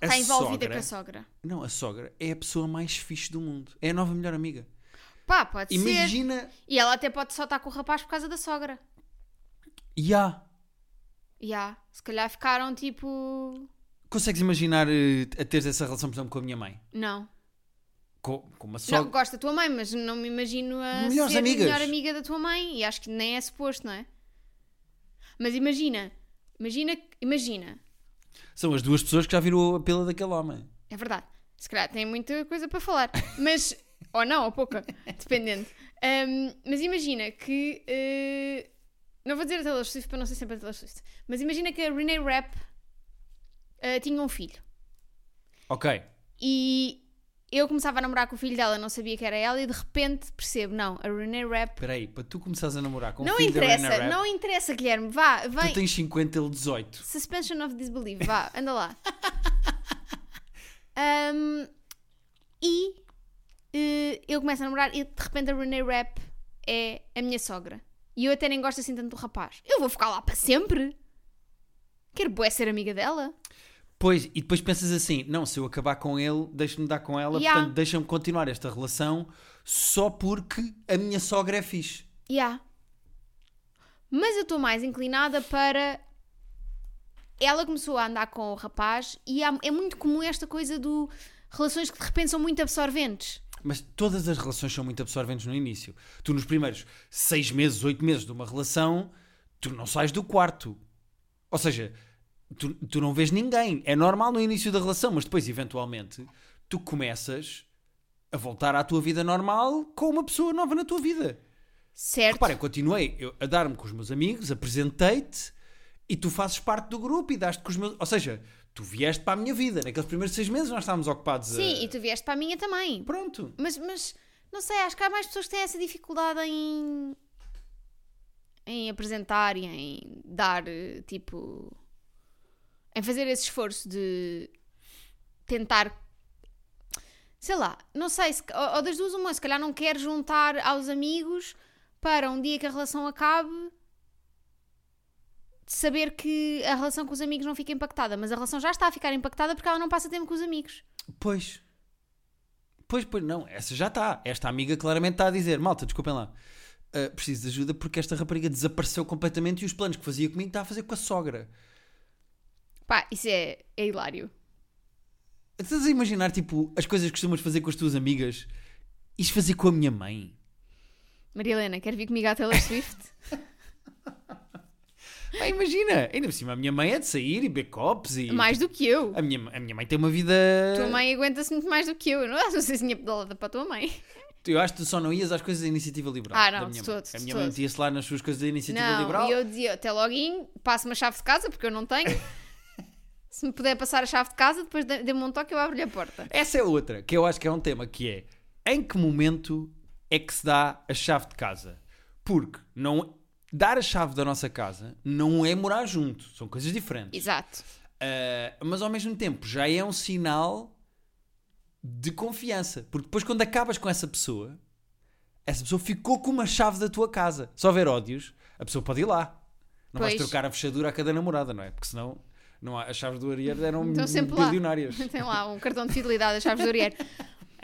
S2: a
S1: está Tá envolvida
S2: É sogra,
S1: com a sogra.
S2: não, a sogra é a pessoa mais fixe do mundo, é a nova melhor amiga.
S1: Pá, pode ser.
S2: Imagina,
S1: E ela até pode só estar com o rapaz por causa da sogra.
S2: já,
S1: Já. Se calhar ficaram tipo.
S2: consegues imaginar eh, a teres essa relação, por exemplo, com a minha mãe,
S1: Não.
S2: com, com uma
S1: Não,
S2: sogra,
S1: gosto da tua mãe, mas não me imagino a
S2: Melhores
S1: ser
S2: amigas.
S1: a melhor amiga da tua mãe. E acho que nem é suposto, não é? Mas imagina. Imagina. Imagina.
S2: são as duas pessoas que já viram a pila daquele homem.
S1: É verdade. Se calhar tem muita coisa para falar. Mas. ou não, ou pouca. Dependendo. Ahm, mas imagina que. eh, não vou dizer a Taylor Swift para não ser sempre a Taylor Swift. Mas imagina que a Renee Rapp eh, tinha um filho.
S2: Ok,
S1: E eu começava a namorar com o filho dela, não sabia que era ela, e de repente percebo, não, a Renee Rapp.
S2: espera aí, para tu começares a namorar com o
S1: não
S2: Um filho da Raina
S1: interessa,
S2: Rapp,
S1: não é- interessa, Guilherme. Vá, vem.
S2: tu tens 50, ele 18.
S1: Suspension of disbelief, vá, anda lá. Ahm, e eh, eu começo a namorar e de repente a Renee Rapp é a minha sogra. E eu até nem gosto assim tanto do rapaz. Eu vou ficar lá para sempre. Quero boé ser amiga dela.
S2: Pois, e depois pensas assim: não, se eu acabar com ele, deixa-me dar com ela,
S1: Yeah.
S2: portanto, deixa-me continuar esta relação só porque a minha sogra é fixe.
S1: Yeah. Mas eu estou mais inclinada para. Ela começou a andar com o rapaz e há- é muito comum esta coisa do. Relações que de repente são muito absorventes.
S2: Mas todas as relações são muito absorventes no início. Tu, nos primeiros seis meses, oito meses de uma relação, tu não sais do quarto. Ou seja, tu, tu não vês ninguém. É normal no início da relação, mas depois, eventualmente, tu começas a voltar à tua vida normal com uma pessoa nova na tua vida.
S1: Certo?
S2: Repara, eu continuei eu a dar-me com os meus amigos, apresentei-te e tu fazes parte do grupo e dás-te com os meus. Ou seja, tu vieste para a minha vida. Naqueles primeiros seis meses nós estávamos ocupados a.
S1: Sim, e tu vieste para a minha também.
S2: Pronto.
S1: Mas, mas não sei, acho que há mais pessoas que têm essa dificuldade em. em apresentar e em dar, eh, tipo. em fazer esse esforço de tentar. Sei lá, não sei, se, ou, ou das duas uma, se calhar não quer juntar aos amigos para um dia que a relação acabe saber que a relação com os amigos não fica impactada, mas a relação já está a ficar impactada porque ela não passa tempo com os amigos.
S2: Pois. Pois, pois, não. Essa já está. Esta amiga claramente está a dizer: malta, desculpem lá. ah, preciso de ajuda porque esta rapariga desapareceu completamente e os planos que fazia comigo está a fazer com a sogra.
S1: Pá, isso é, é hilário.
S2: Estás a imaginar, tipo, as coisas que costumas fazer com as tuas amigas? Isto fazer com a minha mãe?
S1: Maria Helena, quer vir comigo à Taylor Swift?
S2: Pá, imagina! Ainda por cima, a minha mãe é de sair e beber copos e. Ah.
S1: mais do que eu.
S2: A minha, a minha mãe tem uma vida.
S1: Tua mãe aguenta-se muito mais do que eu. Eu Não, não sei se tinha pedalada para a tua mãe.
S2: Eu acho que tu só não ias às coisas da iniciativa liberal.
S1: Ah, não,
S2: da minha
S1: de
S2: mãe.
S1: todo,
S2: A
S1: de
S2: minha mãe
S1: todo.
S2: metia-se lá nas suas coisas da iniciativa
S1: não,
S2: liberal.
S1: e eu dizia, até loguinho, passo-me a chave de casa, porque eu não tenho. se me puder passar a chave de casa, depois dê- dê-me um toque e eu abro-lhe a porta.
S2: Essa é outra, que eu acho que é um tema que é em que momento é que se dá a chave de casa? Porque não dar a chave da nossa casa não é morar junto, são coisas diferentes.
S1: Exato.
S2: Ah, mas ao mesmo tempo já é um sinal de confiança, porque depois quando acabas com essa pessoa, essa pessoa ficou com uma chave da tua casa. Se houver ódios, a pessoa pode ir lá. Não vais
S1: Pois.
S2: trocar a fechadura a cada namorada, não é? Porque senão não há, as chaves do areiro eram
S1: Estão sempre lá.
S2: bilionárias.
S1: Tem lá um cartão de fidelidade das chaves do Orier.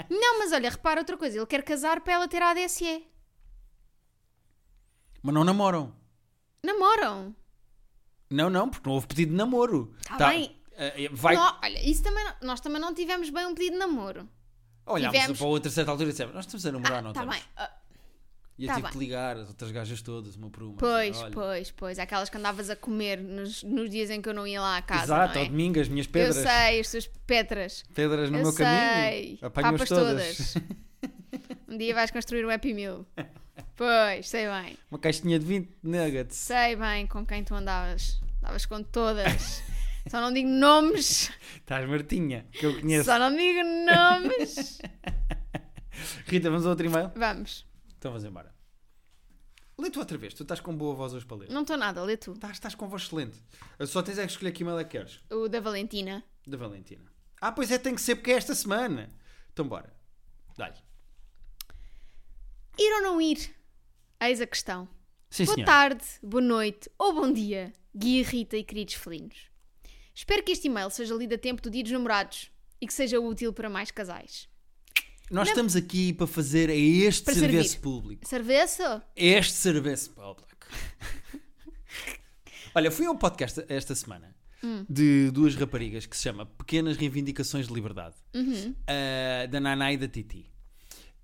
S1: Não, mas olha, repara outra coisa. Ele quer casar para ela ter a ADSE.
S2: Mas não namoram.
S1: Namoram.
S2: Não, não, porque não houve pedido de namoro.
S1: Tá
S2: Tá-
S1: bem.
S2: eh, eh, vai.
S1: Nó- olha, isso também não- nós também não tivemos bem um pedido de namoro.
S2: Olhámos
S1: tivemos-
S2: para outra certa altura e dissemos: Nós estamos a namorar, não
S1: tá
S2: estamos?
S1: bem. Ah,
S2: E eu
S1: tá
S2: tive
S1: bem.
S2: que ligar as outras gajas todas, uma por uma.
S1: Pois,
S2: dizer, "Olha,
S1: pois, pois. Aquelas que andavas a comer nos, nos dias em que eu não ia lá à casa.
S2: Exato,
S1: não é?
S2: ao domingo, as minhas
S1: Eu
S2: pedras.
S1: sei, as tuas pedras.
S2: Pedras no
S1: eu
S2: meu
S1: sei.
S2: caminho. Apanho-as
S1: Papas
S2: todas.
S1: todas. um dia vais construir um Happy Meal. Pois, sei bem.
S2: Uma caixinha de 20 nuggets.
S1: Sei bem com quem tu andavas. Andavas com todas. Só não digo nomes.
S2: Estás Martinha, que eu conheço.
S1: Só não digo nomes.
S2: Rita, vamos a outro e-mail?
S1: Vamos.
S2: Então vamos embora. Lê tu outra vez, tu estás com boa voz hoje para ler.
S1: Não estou nada, lê tu.
S2: Estás, estás com voz excelente. Só tens é que escolher que e-mail é que queres.
S1: O da Valentina.
S2: Da Valentina. Ah, pois é, tem que ser porque é esta semana. Então bora. Dá-lhe.
S1: Ir ou não ir? Eis a questão.
S2: Sim,
S1: Boa tarde, boa noite ou bom dia, Guia Rita e queridos felinos. Espero que este e-mail seja lido a tempo do Dia dos Namorados e que seja útil para mais casais.
S2: Nós estamos aqui para fazer este
S1: Para
S2: serviço
S1: servir.
S2: público.
S1: Cerveça?
S2: Este serviço público. Olha, fui a um podcast esta semana
S1: Hum.
S2: de duas raparigas que se chama Pequenas Reivindicações de Liberdade,
S1: Uhum.
S2: Ah, da Naná e da Titi.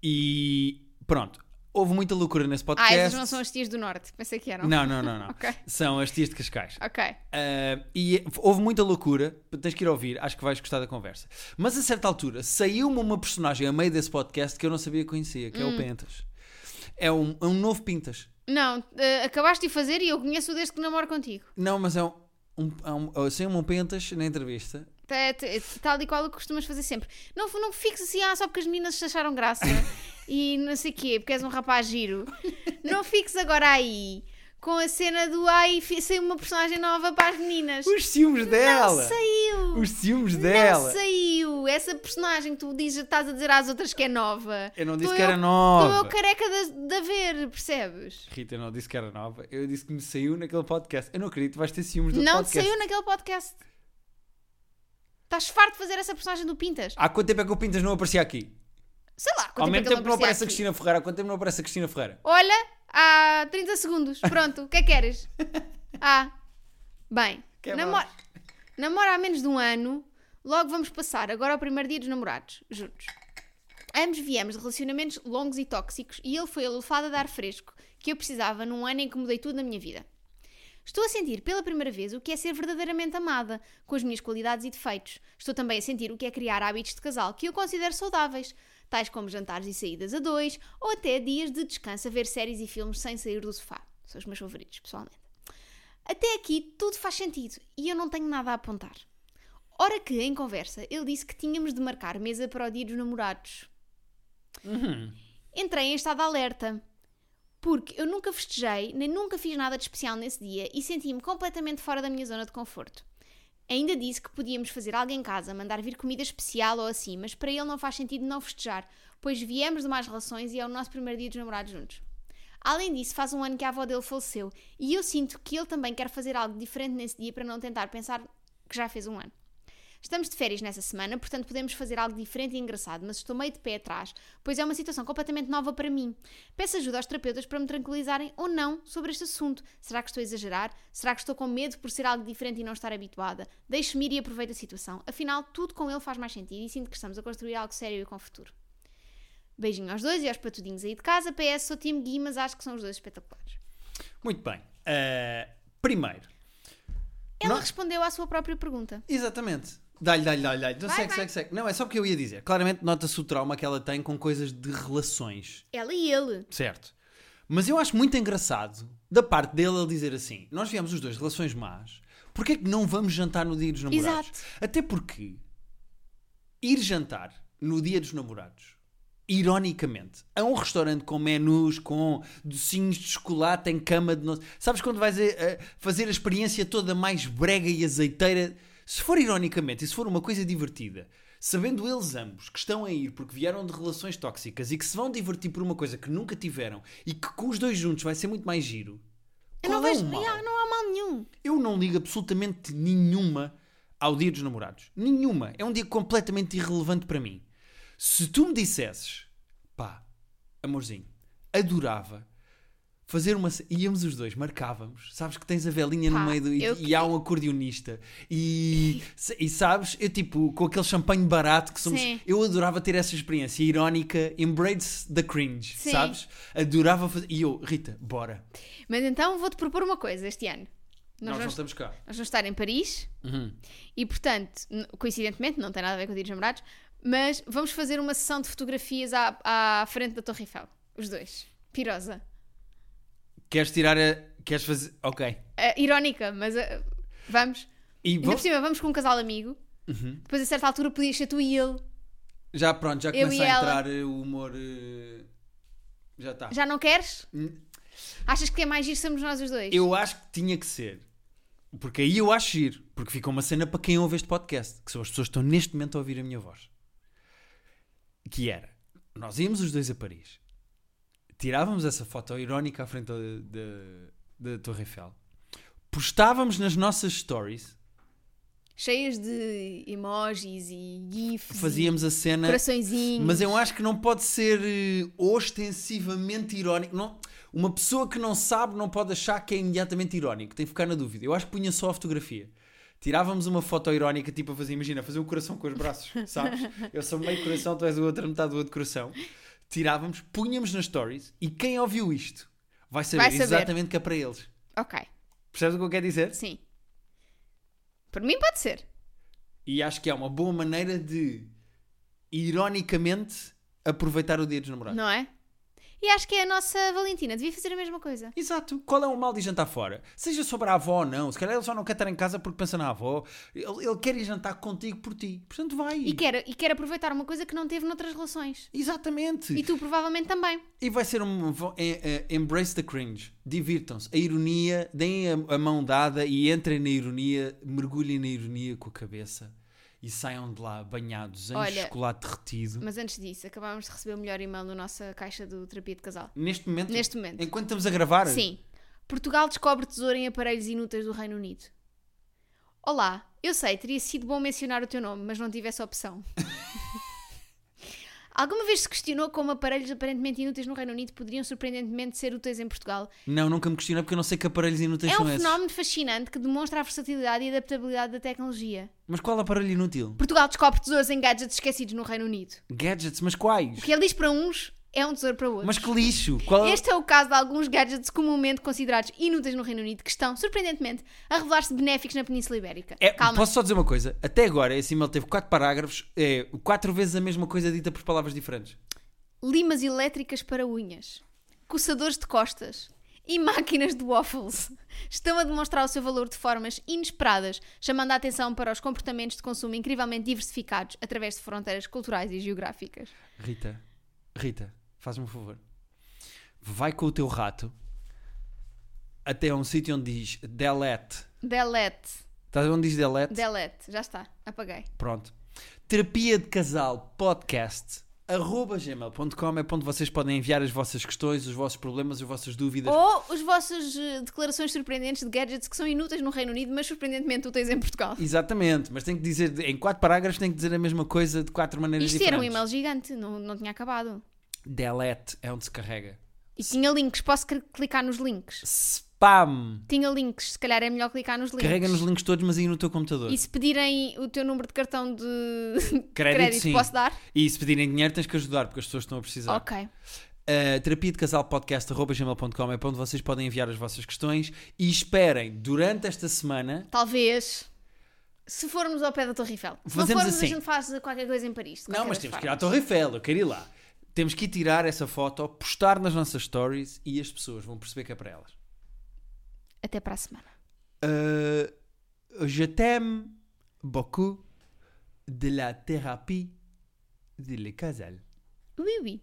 S2: E pronto, houve muita loucura nesse
S1: Ah,
S2: podcast.
S1: essas não são as tias do Norte. Pensei que eram.
S2: Não, não, não, não.
S1: Ok.
S2: São as tias de Cascais.
S1: Ok.
S2: Ah, e houve muita loucura, tens que ir ouvir, acho que vais gostar da conversa. Mas a certa altura saiu-me uma personagem a meio desse podcast que eu não sabia que conhecia, que é
S1: Hum.
S2: o Pentas. É um, é um novo Pintas.
S1: Não, eh, acabaste de fazer e eu conheço desde que namoro contigo.
S2: Não, mas é um. um, é um eu sei um Pentas na entrevista.
S1: Tá- tá- Tal e qual o que costumas fazer sempre. Não, não fiques assim, ah, só porque as meninas se acharam graça e não sei quê, porque és um rapaz giro. Não fiques agora aí com a cena do ai, fi- saiu uma personagem nova para as meninas.
S2: Os ciúmes
S1: Não
S2: dela!
S1: saiu!
S2: Os ciúmes
S1: Não
S2: dela!
S1: saiu! Essa personagem que tu dizes, estás a dizer às outras que é nova.
S2: Eu não disse
S1: Tô
S2: que era
S1: Estou
S2: nova.
S1: eu careca de, de a ver, percebes?
S2: Rita, eu não disse que era nova. Eu disse que me saiu naquele podcast. Eu não acredito, vais ter ciúmes do
S1: não te
S2: podcast.
S1: saiu naquele podcast. Estás farto de fazer essa personagem do Pintas?
S2: Há quanto tempo é que o Pintas não aparecia aqui?
S1: Sei lá, quanto
S2: Ao
S1: tempo é
S2: mesmo
S1: que ele
S2: tempo que não aparece
S1: aparecia
S2: a
S1: aqui?
S2: Cristina Ferreira, há quanto tempo não aparece a Cristina Ferreira?
S1: Olha, há 30 segundos. Pronto, o que é que queres? Ah, bem,
S2: Quer
S1: namora, namora há menos de um ano, logo vamos passar agora ao primeiro dia dos namorados, juntos. Ambos viemos de relacionamentos longos e tóxicos e ele foi a lufada de ar fresco que eu precisava num ano em que mudei tudo na minha vida. Estou a sentir pela primeira vez o que é ser verdadeiramente amada, com as minhas qualidades e defeitos. Estou também a sentir o que é criar hábitos de casal que eu considero saudáveis, tais como jantares e saídas a dois, ou até dias de descanso a ver séries e filmes sem sair do sofá. São os meus favoritos, pessoalmente. Até aqui tudo faz sentido e eu não tenho nada a apontar. Ora que, em conversa, ele disse que tínhamos de marcar mesa para o dia dos namorados. Entrei em estado de alerta. Porque eu nunca festejei, nem nunca fiz nada de especial nesse dia e senti-me completamente fora da minha zona de conforto. Ainda disse que podíamos fazer algo em casa, mandar vir comida especial ou assim, mas para ele não faz sentido não festejar, pois viemos de más relações e é o nosso primeiro dia dos namorados juntos. Além disso, faz um ano que a avó dele faleceu e eu sinto que ele também quer fazer algo diferente nesse dia para não tentar pensar que já fez um ano. Estamos de férias nessa semana, portanto podemos fazer algo diferente e engraçado, mas estou meio de pé atrás, pois é uma situação completamente nova para mim. Peço ajuda aos terapeutas para me tranquilizarem ou não sobre este assunto. Será que estou a exagerar? Será que estou com medo por ser algo diferente e não estar habituada? Deixe-me ir e aproveito a situação. Afinal, tudo com ele faz mais sentido e sinto que estamos a construir algo sério e com futuro. Beijinho aos dois e aos patudinhos aí de casa. PS, sou time Gui, mas acho que são os dois espetaculares.
S2: Muito bem. Eh, primeiro,
S1: Ela
S2: Não-
S1: respondeu à sua própria pergunta.
S2: Exatamente. Dá-lhe, dá-lhe, dá-lhe, dá-lhe. Então
S1: Vai,
S2: segue,
S1: vai.
S2: segue, segue. Não, é só porque eu ia dizer. Claramente nota-se o trauma que ela tem com coisas de relações.
S1: Ela e ele.
S2: Certo. Mas eu acho muito engraçado da parte dele ele dizer assim: nós viemos os dois de relações más, porquê é que não vamos jantar no dia dos namorados?
S1: Exato.
S2: Até porque ir jantar no dia dos namorados, ironicamente, a um restaurante com menus, com docinhos de chocolate em cama de noite. Sabes quando vais a, a fazer a experiência toda mais brega e azeiteira? Se for ironicamente e se for uma coisa divertida, sabendo eles ambos que estão a ir porque vieram de relações tóxicas e que se vão divertir por uma coisa que nunca tiveram e que com os dois juntos vai ser muito mais giro.
S1: Eu não
S2: qual é o
S1: vejo.
S2: mal?
S1: Ya, não há mal nenhum.
S2: Eu não ligo absolutamente nenhuma ao dia dos namorados. Nenhuma. É um dia completamente irrelevante para mim. Se tu me dissesses, pá, amorzinho, adorava fazer uma. ce- Íamos os dois, marcávamos. Sabes que tens a velinha
S1: Pá,
S2: no meio do. E,
S1: eu
S2: e há um acordeonista. E, e sabes, eu tipo, com aquele champanhe barato que somos.
S1: Sim.
S2: Eu adorava ter essa experiência irónica. Embrace the cringe,
S1: Sim.
S2: sabes? Adorava fazer. E eu, Rita, bora.
S1: Mas então vou-te propor uma coisa este ano. Nós,
S2: Nós não Uhum.
S1: vamos,
S2: estamos cá.
S1: nós vamos estar em Paris e, portanto, n- coincidentemente, não tem nada a ver com o Dia dos Namorados, mas vamos fazer uma sessão de fotografias à, à frente da Torre Eiffel. Os dois. Pirosa.
S2: Queres tirar a. Queres fazer. Ok.
S1: Ah, irónica, mas ah, vamos.
S2: E
S1: Ainda
S2: vou-
S1: por cima, vamos com um casal amigo.
S2: Uhum.
S1: Depois, a certa altura, podias ser tu e ele.
S2: já pronto, já
S1: Eu
S2: começa
S1: e
S2: a
S1: ela.
S2: entrar eh, o humor. eh, Já tá. está.
S1: Já não queres?
S2: Hum.
S1: Achas que é mais giro sermos nós os dois?
S2: Eu acho que tinha que ser. Porque aí eu acho giro. Porque fica uma cena para quem ouve este podcast. Que são as pessoas que estão neste momento a ouvir a minha voz. Que era. Nós íamos os dois a Paris. Tirávamos essa foto irónica à frente da, da, da Torre Eiffel. Postávamos nas nossas stories.
S1: Cheias de emojis e gifs.
S2: Fazíamos a
S1: e
S2: cena.
S1: coraçõezinhos.
S2: né? Mas eu acho que não pode ser eh, ostensivamente irónico. Não, uma pessoa que não sabe não pode achar que é imediatamente irónico. Tem que ficar na dúvida. Eu acho que punha só a fotografia. Tirávamos uma foto irónica, tipo a fazer, imagina, fazer um coração com os braços, sabes? Eu sou meio coração, tu és a outra metade do outro coração. Tirávamos, punhamos nas stories e quem ouviu isto vai saber,
S1: Vai saber.
S2: exatamente que é para eles.
S1: Ok,
S2: Percebes o que eu quero dizer?
S1: sim. Por mim pode ser.
S2: E acho que é uma boa maneira de, ironicamente, aproveitar o dia dos namorados.
S1: Não é? E acho que é a nossa Valentina devia fazer a mesma coisa.
S2: Exato. Qual é o mal de jantar fora? Seja sobre a avó ou não. Se calhar ele só não quer estar em casa porque pensa na avó. Ele, ele quer ir jantar contigo por ti. Portanto, vai.
S1: E quer, e quer aproveitar uma coisa que não teve noutras relações.
S2: Exatamente.
S1: E
S2: E,
S1: tu provavelmente também.
S2: vai ser um... vo- é- é- embrace the cringe. Divirtam-se. A ironia, deem a, a mão dada e entrem na ironia. Mergulhem na ironia com a cabeça. E saiam de lá banhados em
S1: Olha,
S2: chocolate derretido.
S1: Mas antes disso, acabámos de receber o melhor e-mail da nossa caixa do terapia de casal.
S2: Neste momento...
S1: Neste momento.
S2: Enquanto estamos a gravar...
S1: Sim. Portugal descobre tesouro em aparelhos inúteis do Reino Unido. Olá, eu sei, teria sido bom mencionar o teu nome, mas não tive essa opção. Alguma vez se questionou como aparelhos aparentemente inúteis no Reino Unido poderiam surpreendentemente ser úteis em Portugal?
S2: Não, nunca me questionei porque eu não sei que aparelhos inúteis
S1: É
S2: são
S1: um
S2: esses.
S1: fenómeno fascinante que demonstra a versatilidade e adaptabilidade da tecnologia.
S2: Mas qual aparelho inútil?
S1: Portugal descobre tesouros em gadgets esquecidos no Reino Unido.
S2: Gadgets, mas quais?
S1: O que é lixo para uns é um tesouro para outros.
S2: Mas que lixo! Qual...
S1: Este é o caso de alguns gadgets comumente considerados inúteis no Reino Unido que estão, surpreendentemente, a revelar-se benéficos na Península Ibérica.
S2: É,
S1: Calma.
S2: Posso só dizer uma coisa? Até agora esse e-mail teve quatro parágrafos, é, quatro vezes a mesma coisa dita por palavras diferentes.
S1: Limas elétricas para unhas, coçadores de costas e máquinas de waffles estão a demonstrar o seu valor de formas inesperadas, chamando a atenção para os comportamentos de consumo incrivelmente diversificados através de fronteiras culturais e geográficas.
S2: Rita, Rita, faz-me um favor. Vai com o teu rato até a um sítio onde diz delete.
S1: Delete.
S2: Estás a ver onde diz delete?
S1: Delete. Já está. Apaguei.
S2: Pronto. Terapia de Casal Podcast arroba gmail.com é para onde vocês podem enviar as vossas questões, os vossos problemas, as vossas dúvidas.
S1: Ou as vossas eh, declarações surpreendentes de gadgets que são inúteis no Reino Unido, mas surpreendentemente úteis em Portugal.
S2: Exatamente, mas tem que dizer, em quatro parágrafos, tem que dizer a mesma coisa de quatro maneiras
S1: Isto era
S2: diferentes.
S1: um e-mail gigante, não, não tinha acabado.
S2: Delete é onde se carrega.
S1: E tinha links, posso cl- clicar nos links?
S2: Spam.
S1: Tinha links, se calhar é melhor clicar nos links.
S2: Carrega nos links todos, mas aí no teu computador.
S1: E se pedirem o teu número de cartão de crédito,
S2: sim.
S1: posso dar?
S2: E se pedirem dinheiro, tens que ajudar, porque as pessoas estão a precisar.
S1: Ok.
S2: Uh, terapia de casal podcast arroba gmail.com é para onde vocês podem enviar as vossas questões e esperem durante esta semana
S1: Talvez. Se formos ao pé da Torre Eiffel. Se não
S2: Fazemos
S1: formos,
S2: assim.
S1: a gente faz qualquer coisa em Paris. de
S2: Não,
S1: qualquer
S2: mas
S1: das
S2: temos que ir à
S1: formas.
S2: Torre Eiffel, eu quero ir lá. Temos que ir tirar essa foto, postar nas nossas stories e as pessoas vão perceber que é para elas.
S1: Até para a semana.
S2: Uh, je t'aime beaucoup de la thérapie de le casal.
S1: Ui, ui.